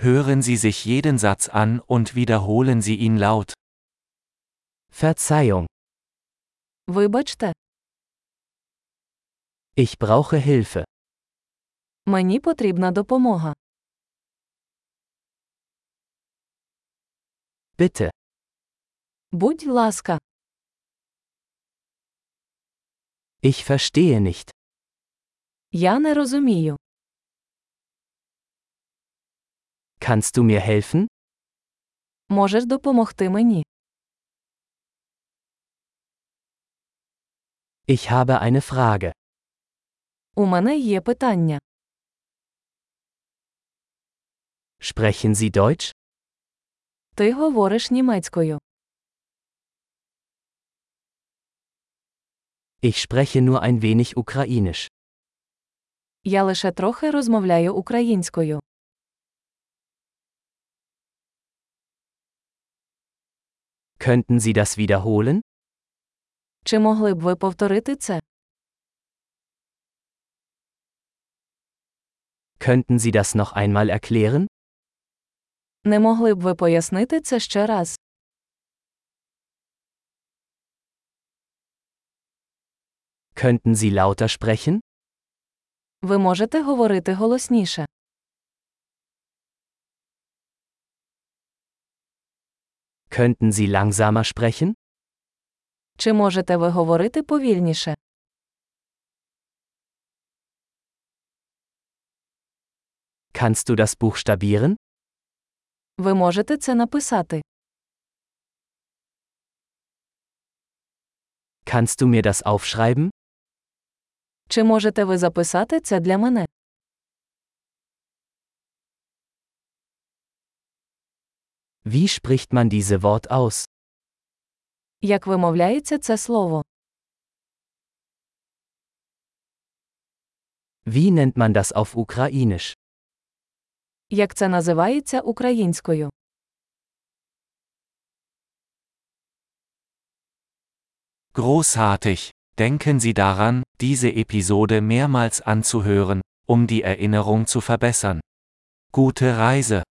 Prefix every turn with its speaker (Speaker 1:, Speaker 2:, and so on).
Speaker 1: Hören Sie sich jeden Satz an und wiederholen Sie ihn laut.
Speaker 2: Verzeihung,
Speaker 3: Вибачте,
Speaker 2: ich brauche Hilfe.
Speaker 3: мені потрібна допомога.
Speaker 2: Bitte,
Speaker 3: Будь ласка,
Speaker 2: ich verstehe nicht.
Speaker 3: я не розумію.
Speaker 2: Kannst du mir helfen?
Speaker 3: Можеш допомогти мені?
Speaker 2: Ich habe eine Frage.
Speaker 3: У мене є питання.
Speaker 2: Sprechen Sie Deutsch?
Speaker 3: Ти говориш німецькою.
Speaker 2: Ich spreche nur ein wenig Ukrainisch.
Speaker 3: Я лише трохи розмовляю українською.
Speaker 2: Könnten Sie das wiederholen?
Speaker 3: Чи могли б ви повторити це?
Speaker 2: Könnten Sie das noch einmal erklären?
Speaker 3: Не могли б ви пояснити це ще раз?
Speaker 2: Könnten Sie lauter sprechen?
Speaker 3: Ви можете говорити голосніше.
Speaker 2: Könnten Sie langsamer sprechen?
Speaker 3: Чи можете ви говорити повільніше?
Speaker 2: Kannst du das buchstabieren?
Speaker 3: Ви можете це написати.
Speaker 2: Kannst du mir das aufschreiben?
Speaker 3: Чи можете ви записати це для мене?
Speaker 2: Wie spricht man diese Wort aus?
Speaker 3: Як вимовляється це слово?
Speaker 2: Wie nennt man das auf Ukrainisch?
Speaker 3: Як це називається українською?
Speaker 1: Großartig! Denken Sie daran, diese Episode mehrmals anzuhören, um die Erinnerung zu verbessern. Gute Reise!